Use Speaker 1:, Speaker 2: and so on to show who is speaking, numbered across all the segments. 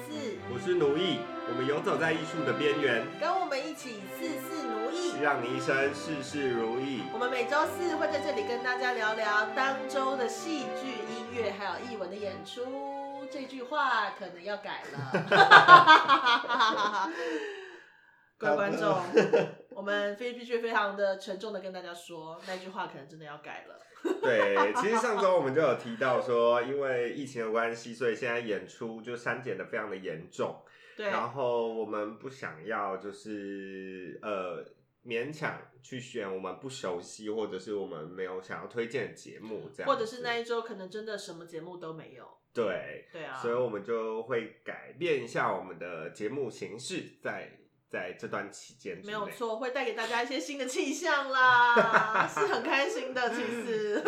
Speaker 1: 是奴役，我们游走在艺术的边缘，
Speaker 2: 跟我们一起事事如意。
Speaker 1: 让你一生事事如 意。
Speaker 2: 我们每周四会在这里跟大家聊聊当周的戏剧、音乐还有艺文的演出。这句话可能要改 了，各位观 众，我们非必须非常的沉重的跟大家说，那句话可能真的要改了。
Speaker 1: 对，其实上周我们就有提到说，因为疫情的关系，所以现在演出就删减的非常的严重。
Speaker 2: 对，
Speaker 1: 然后我们不想要就是呃勉强去选我们不熟悉或者是我们没有想要推荐的节目，这样
Speaker 2: 或者是
Speaker 1: 子
Speaker 2: 那一周可能真的什么节目都没有。
Speaker 1: 对，
Speaker 2: 对啊，
Speaker 1: 所以我们就会改变一下我们的节目形式在，在这段期间之
Speaker 2: 没有
Speaker 1: 内
Speaker 2: 错，会带给大家一些新的气象啦，是很开心的。其 实，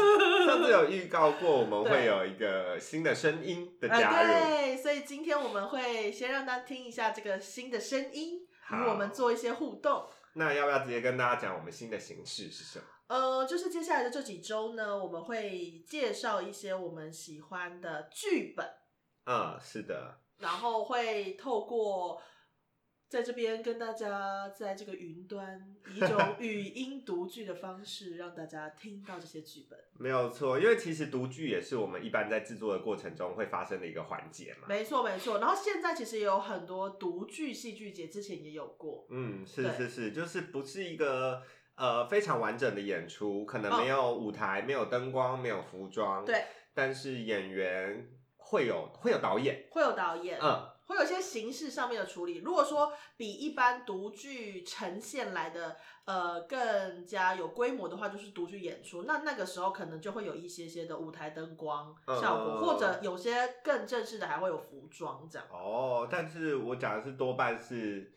Speaker 1: 上次有预告过，我们会
Speaker 2: 对
Speaker 1: 有一个新的声音的加入。
Speaker 2: 呃，对，所以今天我们会先让大家听一下这个新的声音，与
Speaker 1: 好
Speaker 2: 我们做一些互动。
Speaker 1: 那要不要直接跟大家讲我们新的形式是什么？
Speaker 2: 呃，就是接下来的这几周呢，我们会介绍一些我们喜欢的剧本，
Speaker 1: 嗯，是的，
Speaker 2: 然后会透过在这边跟大家在这个云端以一 种语音读剧的方式，让大家听到这些剧本。
Speaker 1: 没有错，因为其实读剧也是我们一般在制作的过程中会发生的一个环节嘛。
Speaker 2: 没错，没错。然后现在其实也有很多独剧戏剧节，之前也有过，
Speaker 1: 嗯，是
Speaker 2: 对
Speaker 1: 是是，就是不是一个呃非常完整的演出，可能
Speaker 2: 哦
Speaker 1: 没有舞台、没有灯光、没有服装，
Speaker 2: 对，
Speaker 1: 但是演员会有会有导演，
Speaker 2: 会有导演，
Speaker 1: 嗯，
Speaker 2: 会有一些形式上面的处理。如果说比一般独剧呈现来的呃更加有规模的话，就是独剧演出。那那个时候可能就会有一些些的舞台灯光效果，
Speaker 1: 嗯
Speaker 2: 或者有些更正式的还会有服装这样。
Speaker 1: 哦，但是我讲的是多半是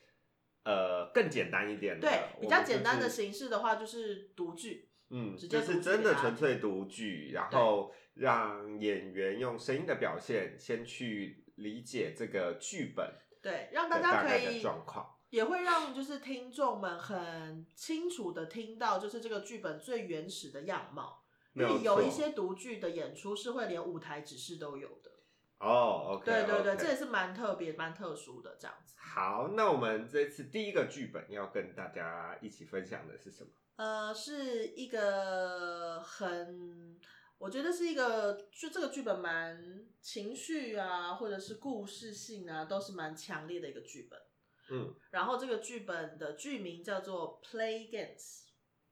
Speaker 1: 呃更简单一点的，
Speaker 2: 对，比较简单的
Speaker 1: 是，
Speaker 2: 形式的话就是独剧，
Speaker 1: 嗯，
Speaker 2: 直
Speaker 1: 就
Speaker 2: 接读
Speaker 1: 是
Speaker 2: 剧
Speaker 1: 真
Speaker 2: 给
Speaker 1: 的
Speaker 2: 大家
Speaker 1: 纯粹读剧，然后让演员用声音的表现先去理解这个剧本
Speaker 2: 对，让大
Speaker 1: 的
Speaker 2: 家
Speaker 1: 大
Speaker 2: 可
Speaker 1: 概的
Speaker 2: 以
Speaker 1: 状况。
Speaker 2: 也会让就是听众们很清楚的听到，就是这个剧本最原始的样貌。因
Speaker 1: 没
Speaker 2: 为
Speaker 1: 错
Speaker 2: 有一些独剧的演出是会连舞台指示都有的，
Speaker 1: 哦，OK，
Speaker 2: 对对对
Speaker 1: OK
Speaker 2: 这也是蛮特别、蛮特殊的这样子。
Speaker 1: 好，那我们这次第一个剧本要跟大家一起分享的是什么？
Speaker 2: 呃，是一个很，我觉得是一个，就这个剧本蛮情绪啊，或者是故事性啊，都是蛮强烈的一个剧本。
Speaker 1: 嗯
Speaker 2: 然后这个剧本的剧名叫做《Play Games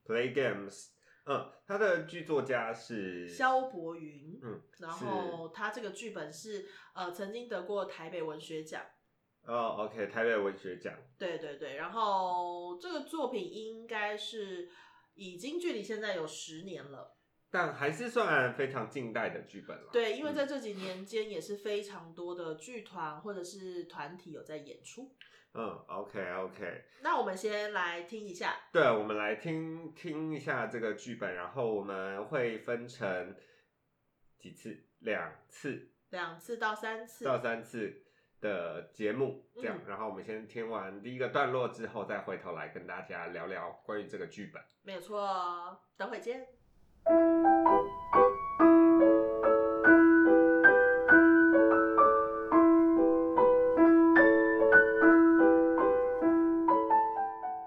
Speaker 1: ，Play Games，嗯，他的剧作家》，是
Speaker 2: 萧伯云。
Speaker 1: 嗯，
Speaker 2: 然后他这个剧本是呃曾经得过台北文学奖，
Speaker 1: 哦，OK，台北文学奖，
Speaker 2: 对对对。然后这个作品应该是已经距离现在有十年了，
Speaker 1: 但还是算非常近代的剧本了。
Speaker 2: 对，因为在
Speaker 1: 嗯
Speaker 2: 这几年间也是非常多的剧团或者是团体有在演出。
Speaker 1: 嗯，OK OK，
Speaker 2: 那我们先来听一下，
Speaker 1: 对，我们来听听一下这个剧本，然后我们会分成几次，两次
Speaker 2: 两次到三次，
Speaker 1: 到三次的节目这样，
Speaker 2: 嗯
Speaker 1: 然后我们先听完第一个段落之后，再回头来跟大家聊聊关于这个剧本。
Speaker 2: 没有错哦，等会见。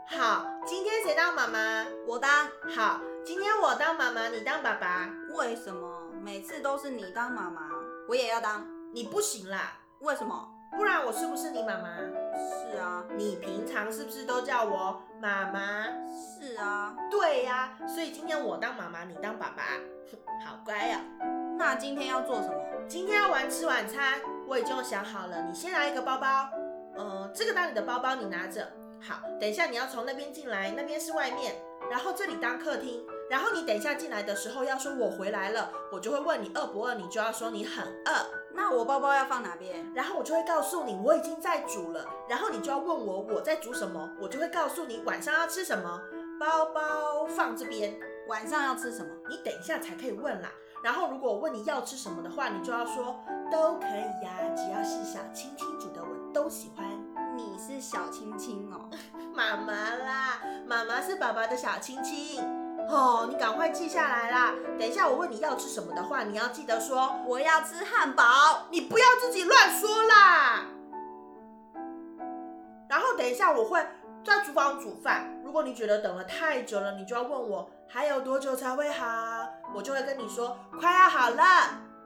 Speaker 2: 好，今天谁当妈妈？
Speaker 3: 我当，
Speaker 2: 好，今天我当妈妈，你当爸爸，
Speaker 3: 为什么每次都是你当妈妈，我也要当？
Speaker 2: 你不行啦，
Speaker 3: 为什么？
Speaker 2: 不然我是不是你妈妈？
Speaker 3: 是啊，
Speaker 2: 你平常是不是都叫我妈妈？
Speaker 3: 是啊。
Speaker 2: 对呀、所以今天我当妈妈，你当爸爸，哼好乖啊呀、
Speaker 3: 那今天要做什么？
Speaker 2: 今天要玩吃晚餐，我已经有想好了。你先拿一个包包，呃，这个当你的包包，你拿着。好，等一下你要从那边进来，那边是外面，然后这里当客厅。然后你等一下进来的时候要说“我回来了”，我就会问你饿不饿，你就要说你很饿。
Speaker 3: 呃那我包包要放哪边？
Speaker 2: 然后我就会告诉你我已经在煮了，然后你就要问我我在煮什么，我就会告诉你晚上要吃什么。包包放这边，
Speaker 3: 晚上要吃什么？
Speaker 2: 你等一下才可以问啦。然后如果我问你要吃什么的话，你就要说都可以呀、只要是小青青煮的我都喜欢。
Speaker 3: 你是小青青哦。
Speaker 2: 妈妈啦，妈妈是爸爸的小青青。哦，你赶快记下来啦！等一下我问你要吃什么的话，你要记得说，
Speaker 3: 我要吃汉堡。
Speaker 2: 你不要自己乱说啦。等一下我会在厨房煮饭。如果你觉得等了太久了，你就要问我还有多久才会好，我就会跟你说快要好了，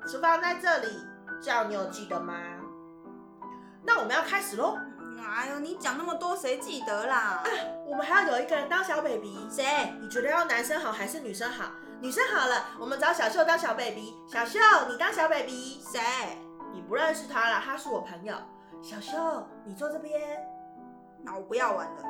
Speaker 2: 厨房在这里，这样你有记得吗？那我们要开始喽，
Speaker 3: 哎呦，你讲那么多，谁记得啦？
Speaker 2: 我们还要有一个人当小 baby。
Speaker 3: 谁？
Speaker 2: 你觉得要男生好还是女生好？女生好了，我们找小秀当小 baby。小秀，你当小 baby。
Speaker 3: 谁？
Speaker 2: 你不认识他啦，他是我朋友。小秀，你坐这边。
Speaker 3: 那我不要玩了。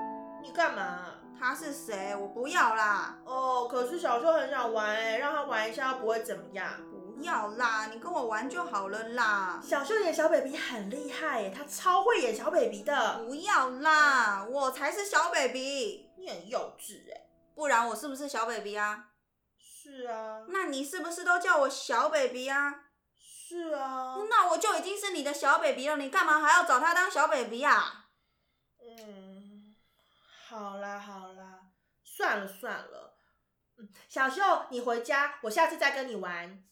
Speaker 2: 你干嘛？
Speaker 3: 他是谁？我不要啦，
Speaker 2: 哦，可是小秀很想玩哎、让他玩一下不会怎么样。
Speaker 3: 不要啦，你跟我玩就好了啦。
Speaker 2: 小秀演小 baby 很厉害耶、欸他超会演小 baby 的。
Speaker 3: 不要啦，我才是小 baby，
Speaker 2: 你很幼稚哎、
Speaker 3: 不然我是不是小 baby 啊？
Speaker 2: 是啊，
Speaker 3: 那你是不是都叫我小 baby 啊？
Speaker 2: 是啊，
Speaker 3: 那我就已经是你的小 baby 了，你干嘛还要找他当小 baby 啊？
Speaker 2: 嗯，好啦好啦，算了算了。嗯，小秀，你回家，我下次再跟你玩。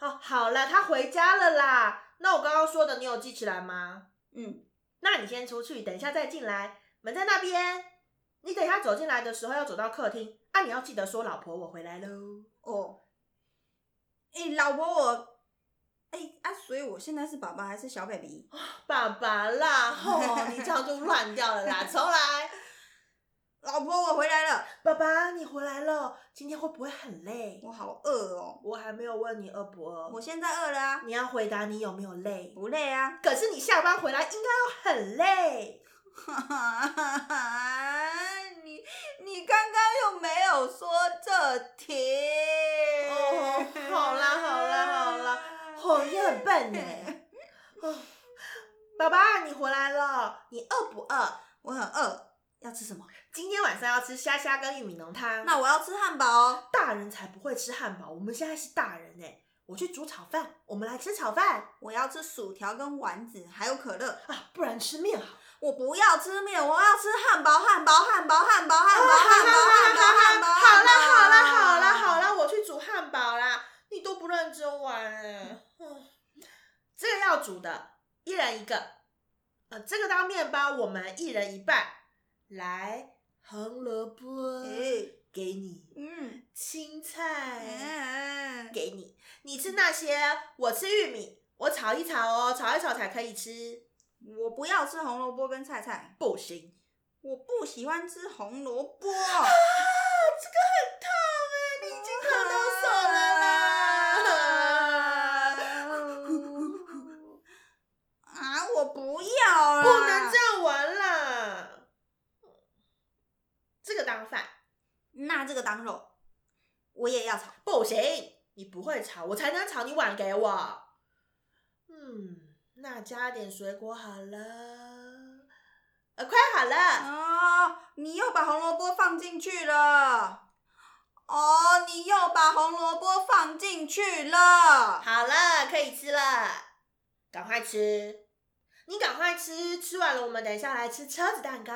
Speaker 2: 哦，好了，他回家了啦。那我刚刚说的，你有记起来吗？
Speaker 3: 嗯，
Speaker 2: 那你先出去，等一下再进来。门在那边，你等一下走进来的时候要走到客厅啊！你要记得说“老婆，我回来喽
Speaker 3: 哦，哎、老婆我，哎、啊，所以我现在是爸爸还是小 baby？”。
Speaker 2: 爸爸啦，吼、你这样就乱掉了 啦，重来。
Speaker 3: 老婆我回来了，
Speaker 2: 爸爸，你回来了，今天会不会很累？
Speaker 3: 我好饿哦，
Speaker 2: 我还没有问你饿不饿。
Speaker 3: 我现在饿了啊，
Speaker 2: 你要回答你有没有累？
Speaker 3: 不累啊。
Speaker 2: 可是你下班回来应该要很 累。
Speaker 3: 你你刚刚又没有说这题。
Speaker 2: 哦好啦好啦好 啦，哦，你很 笨呢。哦，爸爸，你回来了，你饿不饿？
Speaker 3: 我很饿，要吃什么？
Speaker 2: 今天晚上要吃虾虾跟玉米浓汤。
Speaker 3: 那我要吃汉堡哦。
Speaker 2: 大人才不会吃汉堡，我们现在是大人哎。我去煮炒饭，我们来吃炒饭
Speaker 3: 我要吃薯条跟丸子，还有可乐。
Speaker 2: 啊，不然吃面好。
Speaker 3: 我不要吃面，我要吃汉堡，汉堡，汉堡，汉堡，汉堡，汉堡，汉堡，汉
Speaker 2: 好啦
Speaker 3: 堡。
Speaker 2: 好啦好啦好啦，我去煮汉堡啦！你都不认真玩哎、嗯这个要煮的，一人一个。呃，这个当面包，我们一人一半。来，红萝卜
Speaker 3: 哎，
Speaker 2: 给你，
Speaker 3: 嗯，
Speaker 2: 青菜
Speaker 3: 嗯，
Speaker 2: 给你，你吃那些，我吃玉米，我炒一炒哦，炒一炒才可以吃。
Speaker 3: 我不要吃红萝卜跟菜菜，
Speaker 2: 不行，
Speaker 3: 我不喜欢吃红萝卜。
Speaker 2: 啊很烫哎、你已经烫到手了啦！
Speaker 3: 啊，我不要啦！
Speaker 2: 不能这样玩啦！这个当饭
Speaker 3: 那这个当肉，我也要炒。
Speaker 2: 不行，你不会炒，我才能炒，你碗给我。嗯，那加点水果好了，呃，快好了，
Speaker 3: 哦，你又把红萝卜放进去了。哦，你又把红萝卜放进去了。
Speaker 2: 好了，可以吃了，赶快吃，你赶快吃，吃完了我们等一下来吃车子蛋糕，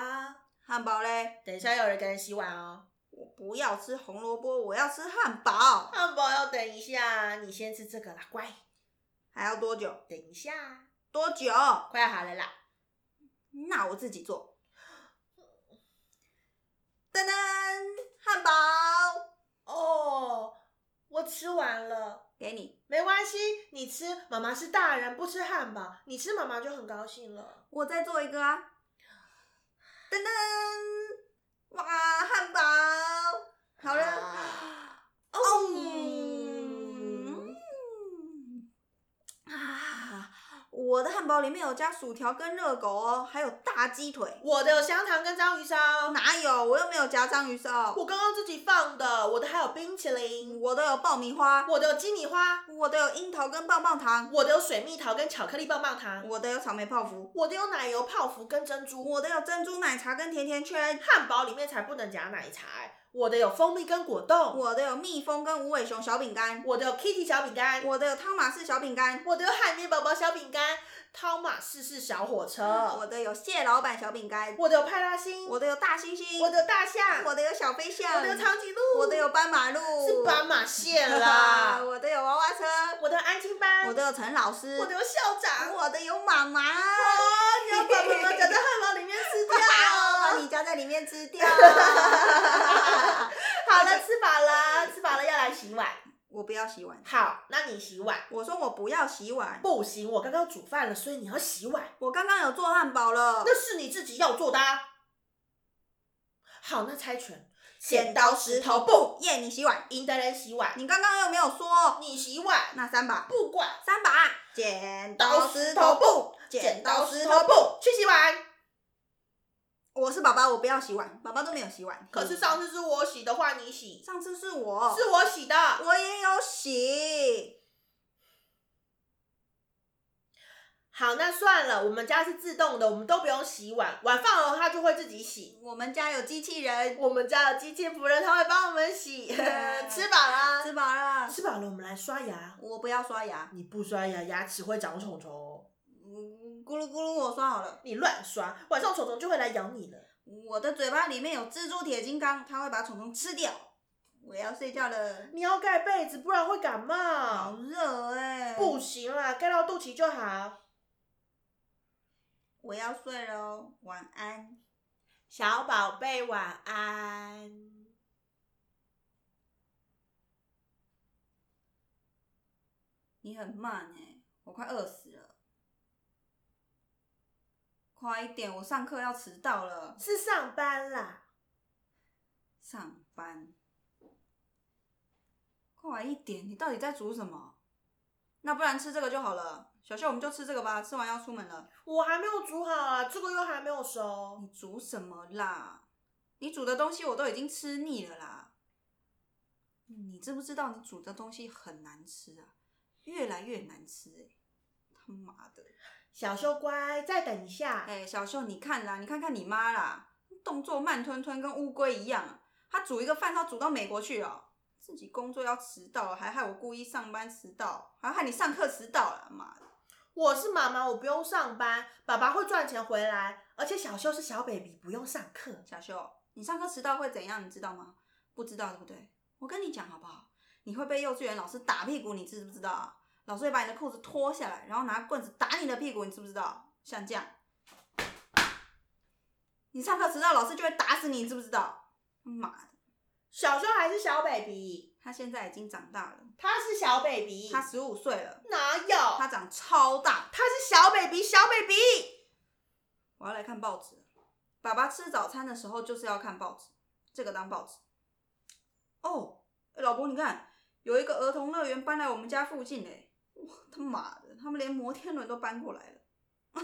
Speaker 3: 汉堡嘞？
Speaker 2: 等一下有人跟人洗碗哦。
Speaker 3: 我不要吃红萝卜，我要吃汉堡。
Speaker 2: 汉堡要等一下，啊你先吃这个啦，乖，
Speaker 3: 还要多久？
Speaker 2: 等一下，啊
Speaker 3: 多久？
Speaker 2: 快好了啦。
Speaker 3: 那我自己做。噔噔，汉堡
Speaker 2: 哦，我吃完了，
Speaker 3: 给你，
Speaker 2: 没关系，你吃。妈妈是大人，不吃汉堡，你吃妈妈就很高兴了。
Speaker 3: 我再做一个啊。噔噔，哇，汉堡好了。
Speaker 2: 啊
Speaker 3: 哦
Speaker 2: 嗯
Speaker 3: 嗯啊，我的汉堡里面有加薯条跟热狗哦，还有大鸡腿。
Speaker 2: 我的有香肠跟章鱼烧，
Speaker 3: 哪有？我又没有夹章鱼烧。
Speaker 2: 我刚刚自己放的。我的还有冰淇淋，
Speaker 3: 我的有爆米花，
Speaker 2: 我的有鸡米花，
Speaker 3: 我的有樱桃跟棒棒糖，
Speaker 2: 我的有水蜜桃跟巧克力棒棒糖，
Speaker 3: 我的有草莓泡芙，
Speaker 2: 我的有奶油泡芙跟珍珠。
Speaker 3: 我的有珍珠奶茶跟甜甜圈，
Speaker 2: 汉堡里面才不能加奶茶、哎我的有蜂蜜跟果冻，
Speaker 3: 我的有蜜蜂跟无尾熊小饼干，
Speaker 2: 我的有 Kitty 小饼干，
Speaker 3: 我的有汤马士小饼干，
Speaker 2: 我的有海绵宝宝小饼干，汤马士是小火车，
Speaker 3: 我的有蟹老板小饼干，
Speaker 2: 我的有派大星，
Speaker 3: 我的有大猩猩，
Speaker 2: 我的有大象，
Speaker 3: 我的有小飞象，
Speaker 2: 我的有长颈鹿，
Speaker 3: 我的有斑马路，
Speaker 2: 是斑马线
Speaker 3: 啊
Speaker 2: 啦，
Speaker 3: 我的有娃娃车，
Speaker 2: 我的有安亲班，
Speaker 3: 我的有陈老师，
Speaker 2: 我的有校长，
Speaker 3: 我的有妈妈，
Speaker 2: 哦，你要把妈妈夹在汉堡里面吃掉，
Speaker 3: 在里面吃掉。
Speaker 2: 好了，吃饱了，吃饱了要来洗碗。
Speaker 3: 我不要洗碗，
Speaker 2: 好，那你洗碗
Speaker 3: 我说我不要洗碗。
Speaker 2: 不行，我刚刚煮饭了，所以你要洗碗，
Speaker 3: 我刚刚有做汉堡了，
Speaker 2: 那是你自己要做的、啊。好，那猜拳，
Speaker 3: 剪刀石头布，耶！你洗碗，
Speaker 2: 赢的人洗碗，
Speaker 3: 你刚刚又没有说，
Speaker 2: 你洗碗，
Speaker 3: 那三把，
Speaker 2: 不管
Speaker 3: 三把，剪刀石头布，剪刀石头布。
Speaker 2: 布去洗碗。
Speaker 3: 我是爸爸，我不要洗碗，爸爸都没有洗碗。
Speaker 2: 可是上次是我洗的话，你洗，
Speaker 3: 上次是我，
Speaker 2: 是我洗的。
Speaker 3: 我也有洗。
Speaker 2: 好，那算了，我们家是自动的，我们都不用洗碗，碗放了它就会自己洗。
Speaker 3: 我们家有机器人，
Speaker 2: 我们家的机器仆人他会帮我们洗，
Speaker 3: 对
Speaker 2: 吃饱啦，
Speaker 3: 吃饱 了。
Speaker 2: 吃饱了，我们来刷牙。
Speaker 3: 我不要刷牙，
Speaker 2: 你不刷牙，牙齿会长虫虫哦。
Speaker 3: 嗯，咕噜咕噜，我刷好了。
Speaker 2: 你乱刷，晚上虫虫就会来咬你了。
Speaker 3: 我的嘴巴里面有蜘蛛铁金刚，它会把虫虫吃掉。我要睡觉了，
Speaker 2: 你要盖被子，不然会感
Speaker 3: 好
Speaker 2: 冒。
Speaker 3: 热哎、
Speaker 2: 不，行啦，盖到肚脐就好。
Speaker 3: 我要睡了哦，晚安。
Speaker 2: 小宝贝，晚安。
Speaker 3: 你很慢哎、我快饿死了。快一点，我上课要迟到了。
Speaker 2: 是上班啦。
Speaker 3: 上班，快一点！你到底在煮什么？那不然吃这个就好了。小秀，我们就吃这个吧，吃完要出门了。
Speaker 2: 我还没有煮好啊，这个又还没有熟。
Speaker 3: 你煮什么啦？你煮的东西我都已经吃腻了啦。你知不知道你煮的东西很难吃啊，越来越难吃哎、他妈的！
Speaker 2: 小秀乖，再等一下。
Speaker 3: 哎、小秀，你看啦，你看看你妈啦，动作慢吞吞，跟乌龟一样啊。她煮一个饭，她煮到美国去了哦，自己工作要迟到了，还害我故意上班迟到，还害你上课迟到了，妈的！
Speaker 2: 我是妈妈，我不用上班，爸爸会赚钱回来，而且小秀是小 baby，不用上课。
Speaker 3: 小秀，你上课迟到会怎样，你知道吗？不知道对不对？我跟你讲好不好？你会被幼稚园老师打屁股，你知不知道啊？老师会把你的裤子脱下来，然后拿棍子打你的屁股，你知不知道？像这样，你上课迟到，老师就会打死你，你知不知道？妈的！
Speaker 2: 小秀还是小 baby，
Speaker 3: 他现在已经长大了，
Speaker 2: 他是小 baby，
Speaker 3: 他十五岁了，
Speaker 2: 哪有？
Speaker 3: 他
Speaker 2: 他
Speaker 3: 长超大。
Speaker 2: 是小 baby，小 baby。
Speaker 3: 我要来看报纸了。爸爸吃早餐的时候就是要看报纸，这个当报纸。哦，哎老婆，你看有一个儿童乐园搬来我们家附近嘞，哇他妈的，他们连摩天轮都搬过来了。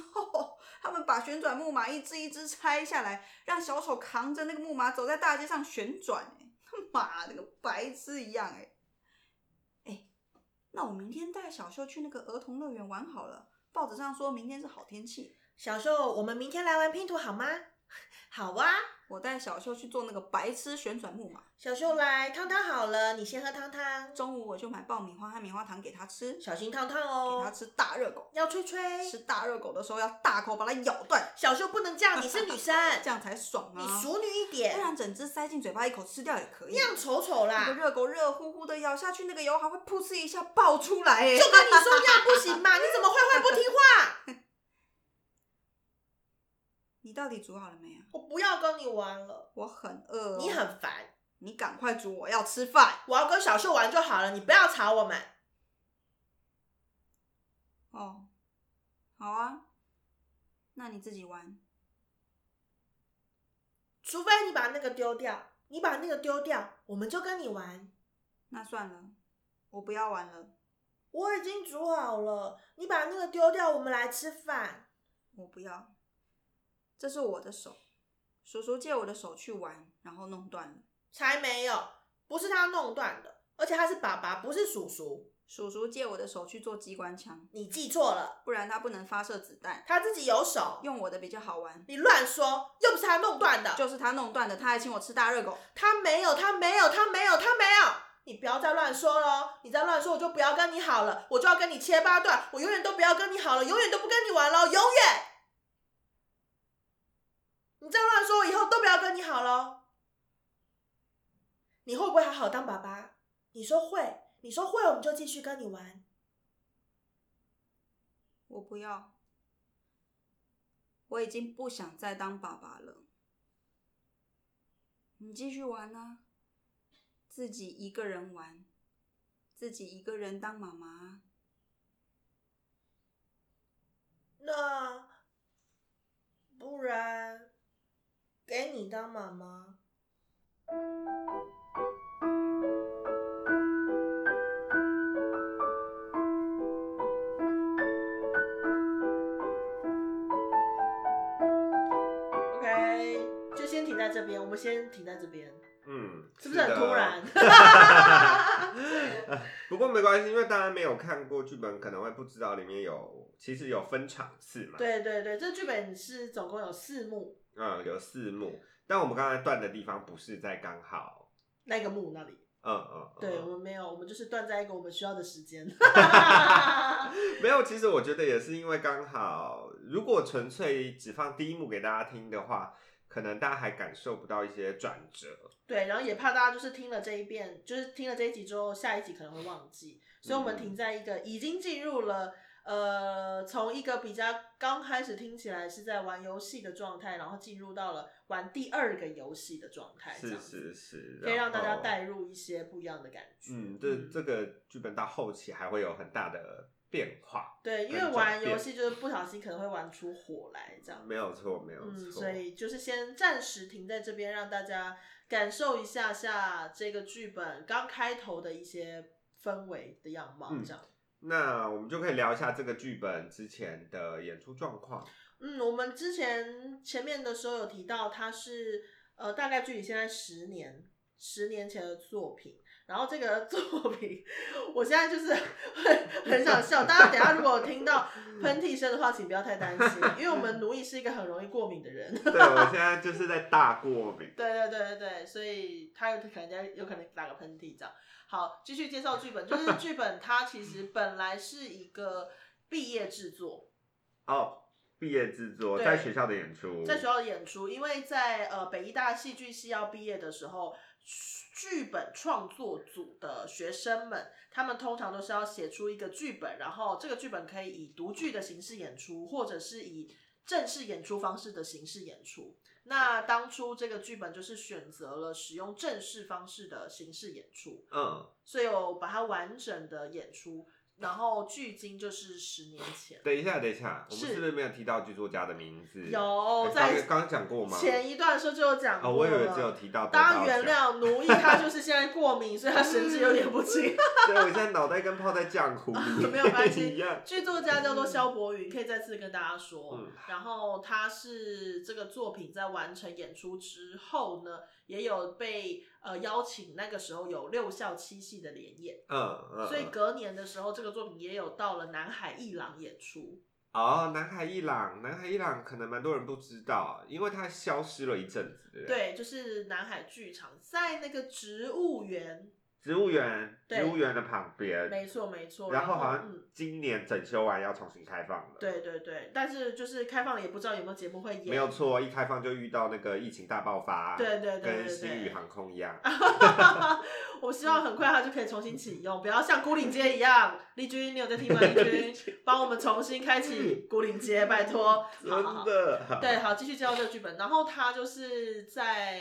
Speaker 3: 他们把旋转木马一只一只拆下来，让小丑扛着那个木马走在大街上旋转、哎， 他妈的，跟白痴一样、哎。哎，那我明天带小秀去那个儿童乐园玩好了。报纸上说明天是好天气，
Speaker 2: 小秀，我们明天来玩拼图好吗？ 好啊。
Speaker 3: 我带小秀去做那个白痴旋转木马，
Speaker 2: 小秀来汤汤好了，你先喝汤汤，
Speaker 3: 中午我就买爆米花和棉花糖给他吃，给
Speaker 2: 小心烫烫
Speaker 3: 他
Speaker 2: 哦。
Speaker 3: 吃大热狗。
Speaker 2: 要吹吹。
Speaker 3: 吃大热狗的时候要大口把它咬断，
Speaker 2: 小秀不能这样，你是女生，
Speaker 3: 这样才爽啊！
Speaker 2: 你熟女一
Speaker 3: 不
Speaker 2: 点，
Speaker 3: 然整只塞进嘴巴一口吃掉也可以。
Speaker 2: 那样丑啊丑
Speaker 3: 那个
Speaker 2: 啦。
Speaker 3: 热狗热乎乎的咬下去，那个油还会噗嗤一下爆出来哎！
Speaker 2: 就跟你说那样不行嘛， 你怎么坏坏不听话？
Speaker 3: 你到底煮好了没啊？
Speaker 2: 我不要跟你玩了，
Speaker 3: 我很饿、哦，
Speaker 2: 你很烦。
Speaker 3: 你赶快煮，我要吃饭
Speaker 2: 我要跟小秀玩就好了，你不要吵我们。
Speaker 3: 哦。好啊，那你自己玩。
Speaker 2: 除非你把那个丢掉，你把那个丢掉，我们就跟你玩。
Speaker 3: 那算了，我不要玩了，
Speaker 2: 我已经煮好了，你把那个丢掉，我们来吃饭。
Speaker 3: 我不要，这是我的手，叔叔借我的手去玩，然后弄断了。
Speaker 2: 才没有，不是他弄断的，而且他是爸爸，不是叔叔，
Speaker 3: 叔叔借我的手去做机关枪，
Speaker 2: 你记错了，
Speaker 3: 不然他不能发射子弹。
Speaker 2: 他自己有手。
Speaker 3: 用我的比较好玩，
Speaker 2: 你乱说，又不是他弄断的。
Speaker 3: 就是他弄断的，他还请我吃大热狗。
Speaker 2: 他没有，他没有，他没有，他没有。你不要再乱说喽！你再乱说，我就不要跟你好了，我就要跟你切八段，我永远都不要跟你好了，永远都不跟你玩喽，永远！你再乱说，我以后都不要跟你好喽。你会不会好好当爸爸？你说会，你说会，我们就继续跟你玩。
Speaker 3: 我不要，我已经不想再当爸爸了。你继续玩啊，自己一个人玩，自己一个人当妈妈啊。
Speaker 2: 那不然给你当妈妈？OK，就先停在这边，我们先停在这边，
Speaker 1: 嗯，
Speaker 2: 是不是很
Speaker 1: 的
Speaker 2: 突然？
Speaker 1: 不过没关系，因为大家没有看过剧本，可能会不知道里面有其实有分场次嘛。，
Speaker 2: 对对对，这剧本是总共有四幕，
Speaker 1: 嗯，有四幕，但我们刚才断的地方不是在刚好，
Speaker 2: 那个幕那里。
Speaker 1: 嗯嗯，嗯
Speaker 2: 对我们 没有，我们就是断在一个我们需要的时 间。
Speaker 1: 没有。其实我觉得也是因为刚好，如果纯粹只放第一幕给大家听的话，可能大家还感受不到一些转折。
Speaker 2: 对，然后也怕大家就是听了这一遍，就是听了这一集之后，下一集可能会忘记，所以我们
Speaker 1: 嗯
Speaker 2: 停在一个已经进入了呃，从一个比较刚开始听起来是在玩游戏的状态，然后进入到了玩第二个游戏的状态，这
Speaker 1: 是
Speaker 2: 样子
Speaker 1: 是是，
Speaker 2: 可以让大家
Speaker 1: 然后
Speaker 2: 带入一些不一样的感觉。
Speaker 1: 嗯，这这个剧本到后期还会有很大的变化，
Speaker 2: 对，因为
Speaker 1: 很转
Speaker 2: 玩游
Speaker 1: 变
Speaker 2: 戏就是不小心可能会玩出火来这样。
Speaker 1: 没有错，没有错。
Speaker 2: 嗯，所以就是先暂时停在这边，让大家感受一下下这个剧本刚开头的一些氛围的样貌，
Speaker 1: 嗯
Speaker 2: 这样。
Speaker 1: 那我们就可以聊一下这个剧本之前的演出状况。
Speaker 2: 嗯，我们之前前面的时候有提到，它是呃大概距离现在十年，十年前的作品。然后这个作品，我现在就是很很想笑。大家等一下如果听 到喷嚏声的话，请不要太担心，因为我们奴役是一个很容易过敏的人。
Speaker 1: 对我现在就是在大过敏。
Speaker 2: 对对对对对，所以他有可能在有可能打个喷嚏这样。好，继续介绍剧本，就是剧本它其实本来是一个毕业制作，
Speaker 1: 哦，毕业制作
Speaker 2: 对
Speaker 1: 在学校的演出，
Speaker 2: 在学校的演出，因为在呃北医大戏剧系要毕业的时候，剧本创作组的学生们，他们通常都是要写出一个剧本，然后这个剧本可以以独剧的形式演出，或者是以正式演出方式的形式演出。那当初这个剧本就是选择了使用正式方式的形式演出，
Speaker 1: 嗯，
Speaker 2: 所以有把它完整的演出，然后距今就是十年前。
Speaker 1: 等一下，等一下，我们
Speaker 2: 是
Speaker 1: 是不是没有提到剧作家的名字？
Speaker 2: 有
Speaker 1: 哎
Speaker 2: 在
Speaker 1: 刚刚刚讲过吗？
Speaker 2: 前一段的时候就有讲过
Speaker 1: 哦，
Speaker 2: 了，
Speaker 1: 我以为只有提到得
Speaker 2: 大家
Speaker 1: 到奖。
Speaker 2: 原谅奴役，他就是现在过敏，所以他神志有点不 清。
Speaker 1: 对，我现在脑袋跟泡在浆糊 里
Speaker 2: 没有关系
Speaker 1: 一样。
Speaker 2: 剧作家叫做萧伯云，可以再次跟大家说。
Speaker 1: 嗯
Speaker 2: 然后他是这个作品在完成演出之后呢，也有被呃邀请，那个时候有六校七系的联演，
Speaker 1: 嗯嗯。
Speaker 2: 所以
Speaker 1: 嗯
Speaker 2: 隔年的时候，这个作品也有到了南海艺廊演出。
Speaker 1: 哦，南海一朗，南海一朗可能蛮多人不知道，因为它消失了一阵子，对不对？
Speaker 2: 对，就是南海剧场在那个植物园，
Speaker 1: 植物园，
Speaker 2: 对
Speaker 1: 植物园的旁边，
Speaker 2: 没错没错。
Speaker 1: 然后好
Speaker 2: 嗯
Speaker 1: 像今年整修完要重新开放了。
Speaker 2: 对对对，但是就是开放了，也不知道有没有节目会演。
Speaker 1: 没有错，一开放就遇到那个疫情大爆发，
Speaker 2: 对对对对
Speaker 1: 跟新宇
Speaker 2: 对啊
Speaker 1: 航空一样，
Speaker 2: 我希望很快它就可以重新启用，不要像孤岭街一样。丽君，你有在听吗？丽 君，帮我们重新开启孤岭街，拜托。好
Speaker 1: 真
Speaker 2: 好好。
Speaker 1: 的，
Speaker 2: 对，好，继续介绍这个剧本。然后他就是在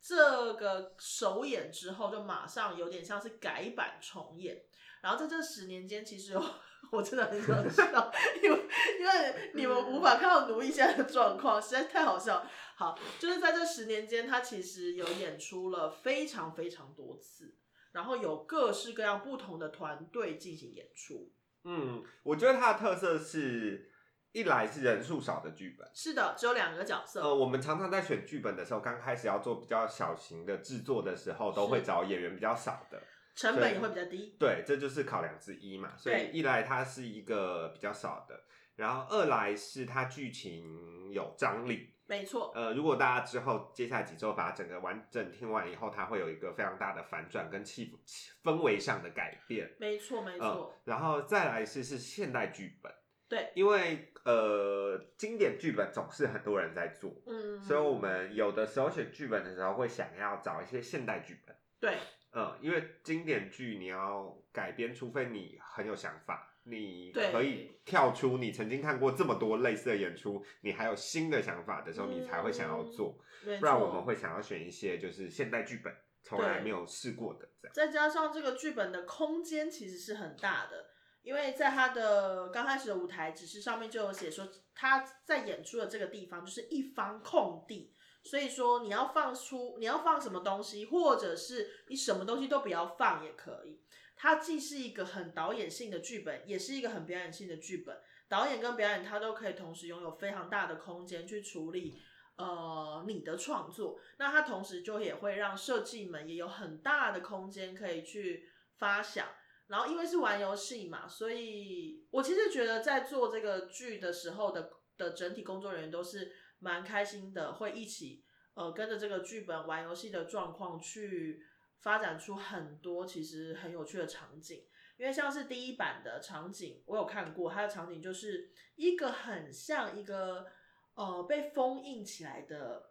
Speaker 2: 这个首演之后，就马上有点像是改版重演。然后在这十年间，其实有我真的很想笑，因为因为你们无法看到奴役现在的状况，实在太好笑。好，就是在这十年间，他其实有演出了非常非常多次，然后有各式各样不同的团队进行演出。
Speaker 1: 嗯，我觉得它的特色是，一来是人数少的剧本。
Speaker 2: 是的，只有两个角色。
Speaker 1: 呃，我们常常在选剧本的时候，刚开始要做比较小型的制作的时候，都会
Speaker 2: 是
Speaker 1: 找演员比较少的。
Speaker 2: 成
Speaker 1: 所
Speaker 2: 本
Speaker 1: 以
Speaker 2: 也会比较低，
Speaker 1: 对，这就是考量之一嘛。所
Speaker 2: 对
Speaker 1: 以一来它是一个比较少的，然后二来是它剧情有张力，
Speaker 2: 没错，
Speaker 1: 呃，如果大家之后接下来几周把整个完整听完以后，它会有一个非常大的反转跟气氛气氛围上的改变。
Speaker 2: 没错，没错。
Speaker 1: 嗯，然后再来是是现代剧本，
Speaker 2: 对，
Speaker 1: 因为呃经典剧本总是很多人在做，
Speaker 2: 嗯，
Speaker 1: 所以我们有的时候选剧本的时候会想要找一些现代剧本，
Speaker 2: 对
Speaker 1: 嗯，因为经典剧你要改编，除非你很有想法，你
Speaker 2: 对
Speaker 1: 可以跳出你曾经看过这么多类似的演出，你还有新的想法的时候，你才会想要做。
Speaker 2: 嗯没
Speaker 1: 不然我
Speaker 2: 错
Speaker 1: 们会想要选一些就是现代剧本从来
Speaker 2: 对
Speaker 1: 没有试过的这样。
Speaker 2: 再加上这个剧本的空间其实是很大的，因为在他的刚开始的舞台指示上面就有写说，他在演出的这个地方就是一方空地，所以说你要放出你要放什么东西，或者是你什么东西都不要放也可以。它既是一个很导演性的剧本，也是一个很表演性的剧本。导演跟表演他都可以同时拥有非常大的空间去处理呃你的创作，那它同时就也会让设计们也有很大的空间可以去发想。然后因为是玩游戏嘛，所以我其实觉得在做这个剧的时候的的整体工作人员都是蛮开心的，会一起呃跟着这个剧本玩游戏的状况去发展出很多其实很有趣的场景。因为像是第一版的场景，我有看过，它的场景就是一个很像一个呃被封印起来的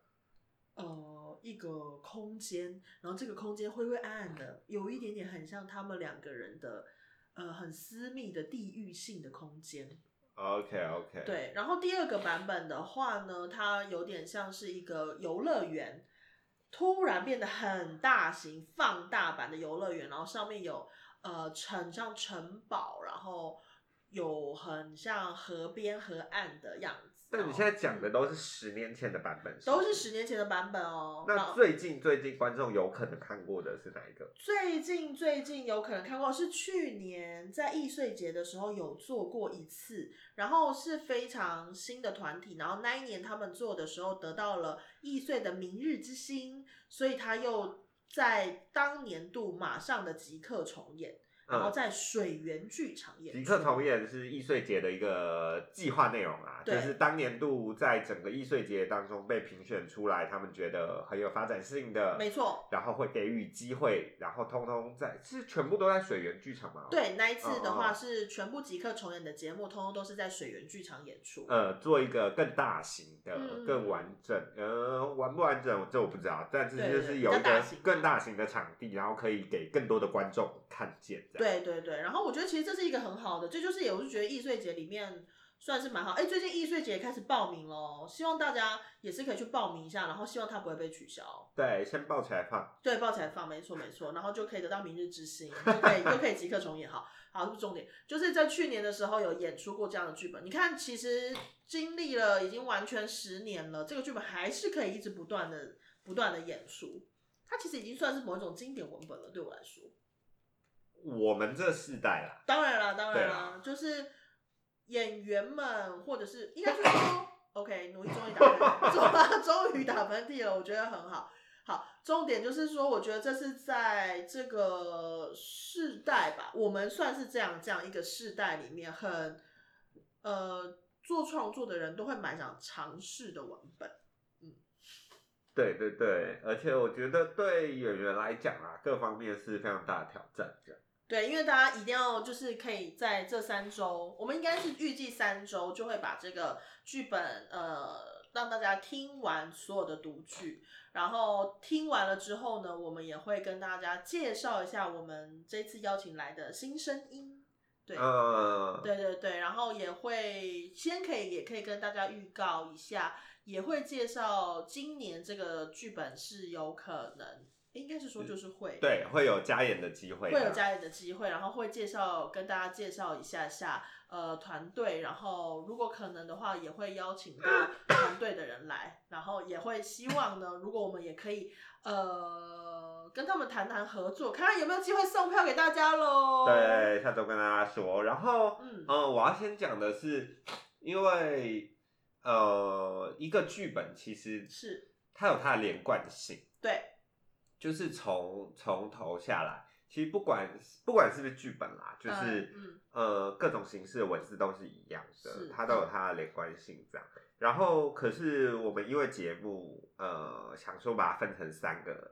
Speaker 2: 呃一个空间，然后这个空间灰灰暗暗的，有一点点很像他们两个人的呃很私密的地域性的空间。
Speaker 1: OK OK，，
Speaker 2: 对，然后第二个版本的话呢，它有点像是一个游乐园，突然变得很大型、放大版的游乐园，然后上面有呃城像城堡，然后有很像河边河岸的样子。
Speaker 1: 但你
Speaker 2: 然后
Speaker 1: 现在讲的都是十年前的版本，
Speaker 2: 哦都
Speaker 1: 不
Speaker 2: 是十。年前的版本哦。然
Speaker 1: 那
Speaker 2: 后
Speaker 1: 最近最近观众有可能看过的是哪一个？
Speaker 2: 最近最近有可能看过，是去年在易碎节的时候有做过一次，然后是非常新的团体，然后那一年他们做的时候得到了易碎的明日之星，所以他又在当年度马上的即刻重演，然后
Speaker 1: 嗯，
Speaker 2: 在水源剧场演出。
Speaker 1: 即刻重演是易碎节的一个计划内容啦，就
Speaker 2: 对
Speaker 1: 是当年度在整个易碎节当中被评选出来，他们觉得很有发展性的，
Speaker 2: 没错，
Speaker 1: 然后会给予机会，然后通通在是全部都在水源剧场吗？，
Speaker 2: 对那一次的
Speaker 1: 哦
Speaker 2: 话
Speaker 1: 哦
Speaker 2: 是全部即刻重演的节目，通通都是在水源剧场演出。
Speaker 1: 呃，做一个更大型的、
Speaker 2: 嗯
Speaker 1: 更完整，呃，完不完整这我不知道，但是
Speaker 2: 对
Speaker 1: 就
Speaker 2: 对
Speaker 1: 是
Speaker 2: 比
Speaker 1: 有
Speaker 2: 较
Speaker 1: 一
Speaker 2: 大
Speaker 1: 个
Speaker 2: 型
Speaker 1: 更大型的场地，然后可以给更多的观众看见，这样。
Speaker 2: 对对对，然后我觉得其实这是一个很好的，这就是也我是觉得易碎节里面算是蛮好。哎，最近易碎节开始报名喽，希望大家也是可以去报名一下，然后希望它不会被取消。
Speaker 1: 对，先抱起来放。
Speaker 2: 对，报起来放，没错没错，然后就可以得到明日之星，就可以就可以即刻重演。好，好，这不是重点，就是在去年的时候有演出过这样的剧本。你看，其实经历了已经完全十年了，这个剧本还是可以一直不断的不断的演出，它其实已经算是某一种经典文本了，对我来说。
Speaker 1: 我们这世代啦，
Speaker 2: 当然啦，当
Speaker 1: 对
Speaker 2: 然
Speaker 1: 啦
Speaker 2: 啦，就是演员们，或者是应该是说，OK，努力终于打喷嚏， 终终于打喷嚏了，我觉得很好。好，重点就是说，我觉得这是在这个世代吧，我们算是这样这样一个世代里面很，呃，做创作的人都会蛮想尝试的文本。
Speaker 1: 对对对，而且我觉得对演员来讲啊，各方面是非常大的挑战，这样。
Speaker 2: 对，因为大家一定要就是可以在这三周，我们应该是预计三周就会把这个剧本呃让大家听完所有的读剧，然后听完了之后呢，我们也会跟大家介绍一下我们这次邀请来的新声音。对，
Speaker 1: 嗯，
Speaker 2: 对对对，然后也会先可以也可以跟大家预告一下，也会介绍今年这个剧本是有可能，应该是说就是会
Speaker 1: 对，会有加演的机会，
Speaker 2: 会有加演的机会，然后会介绍跟大家介绍一下下呃团队，然后如果可能的话，也会邀请 到团队的人来，然后也会希望呢，如果我们也可以呃跟他们谈谈合作，看看有没有机会送票给大家喽。，
Speaker 1: 对，下周跟大家说。然后，
Speaker 2: 嗯
Speaker 1: 嗯，我要先讲的是，因为呃，一个剧本其实
Speaker 2: 是
Speaker 1: 它有它的连贯性，
Speaker 2: 对
Speaker 1: 就是从从头下来，其实不管不管是不是剧本啦，就是、
Speaker 2: 嗯
Speaker 1: 呃各种形式的文字都是一样
Speaker 2: 是
Speaker 1: 的，它都有它的连贯性这样。然后，可是我们因为节目呃想说把它分成三个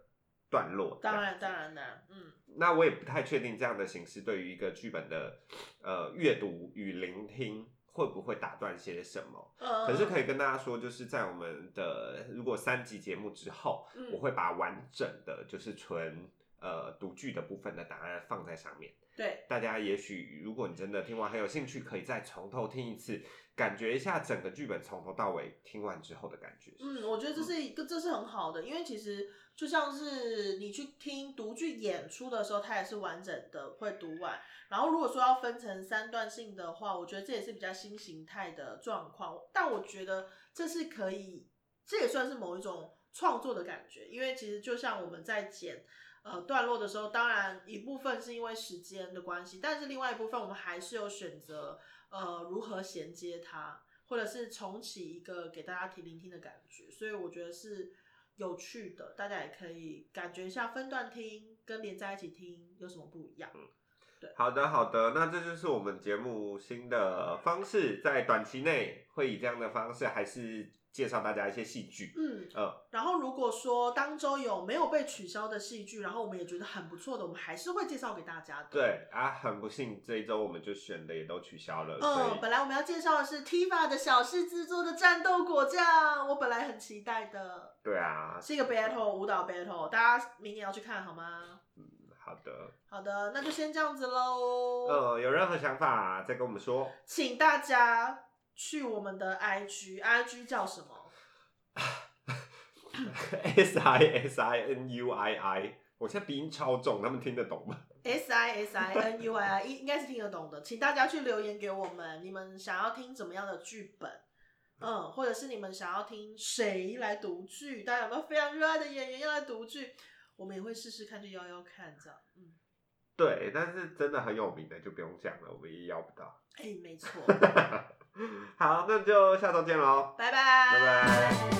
Speaker 1: 段落，这样
Speaker 2: 当然当然当然，嗯
Speaker 1: 那我也不太确定这样的形式对于一个剧本的呃阅读与聆听会不会打断些什么。
Speaker 2: 呃，
Speaker 1: 可是可
Speaker 2: 以，
Speaker 1: 以跟大家说，就是在我们的如果三集节目之后，
Speaker 2: 嗯
Speaker 1: 我会把完整的就是纯呃读剧的部分的答案放在上面。
Speaker 2: 对，
Speaker 1: 大家也许如果你真的听完很有兴趣，可以再从头听一次，感觉一下整个剧本从头到尾听完之后的感觉。
Speaker 2: 嗯，我觉得这是一个，这是很好的，因为其实就像是你去听读剧演出的时候，它也是完整的会读完。然后如果说要分成三段性的话，我觉得这也是比较新形态的状况，但我觉得这是可以，这也算是某一种创作的感觉，因为其实就像我们在剪。呃，段落的时候，当然一部分是因为时间的关系，但是另外一部分我们还是有选择，呃，如何衔接它，或者是重启一个给大家听聆听的感觉，所以我觉得是有趣的，大家也可以感觉一下分段听跟连在一起听有什么不一样。
Speaker 1: 嗯好的，好的，那这就是我们节目新的方式，在短期内会以这样的方式，还是介绍大家一些戏剧。
Speaker 2: 嗯，
Speaker 1: 嗯，
Speaker 2: 然后如果说当周有没有被取消的戏剧，然后我们也觉得很不错的，我们还是会介绍给大家的。。
Speaker 1: 对啊，很不幸这一周我们就选的也都取消了，所
Speaker 2: 嗯，
Speaker 1: 以
Speaker 2: 本来我们要介绍的是 Tiva 的小事制作的战斗果酱，我本来很期待的。
Speaker 1: 对啊，
Speaker 2: 是一个 battle 舞蹈 battle，大家明年要去看好吗？
Speaker 1: 好的，
Speaker 2: 好的，那就先这样子喽。
Speaker 1: 呃，有任何想法再跟我们说。
Speaker 2: 请大家去我们的 IG，IG 叫什么？
Speaker 1: S I S I N U I I，我现在鼻音超重，他们听得懂吗？
Speaker 2: S I S I N U I I，应应该是听得懂的，请大家去留言给我们，你们想要听怎么样的剧本？嗯，或者是你们想要听谁来读剧？大家有没有非常热爱的演员要来读剧？我们也会试试看，就邀邀看这样。嗯，
Speaker 1: 对，但是真的很有名的就不用讲了，我们也要不到。
Speaker 2: 哎、没错，
Speaker 1: 好，那就下周见喽，
Speaker 2: 拜拜，
Speaker 1: 拜拜。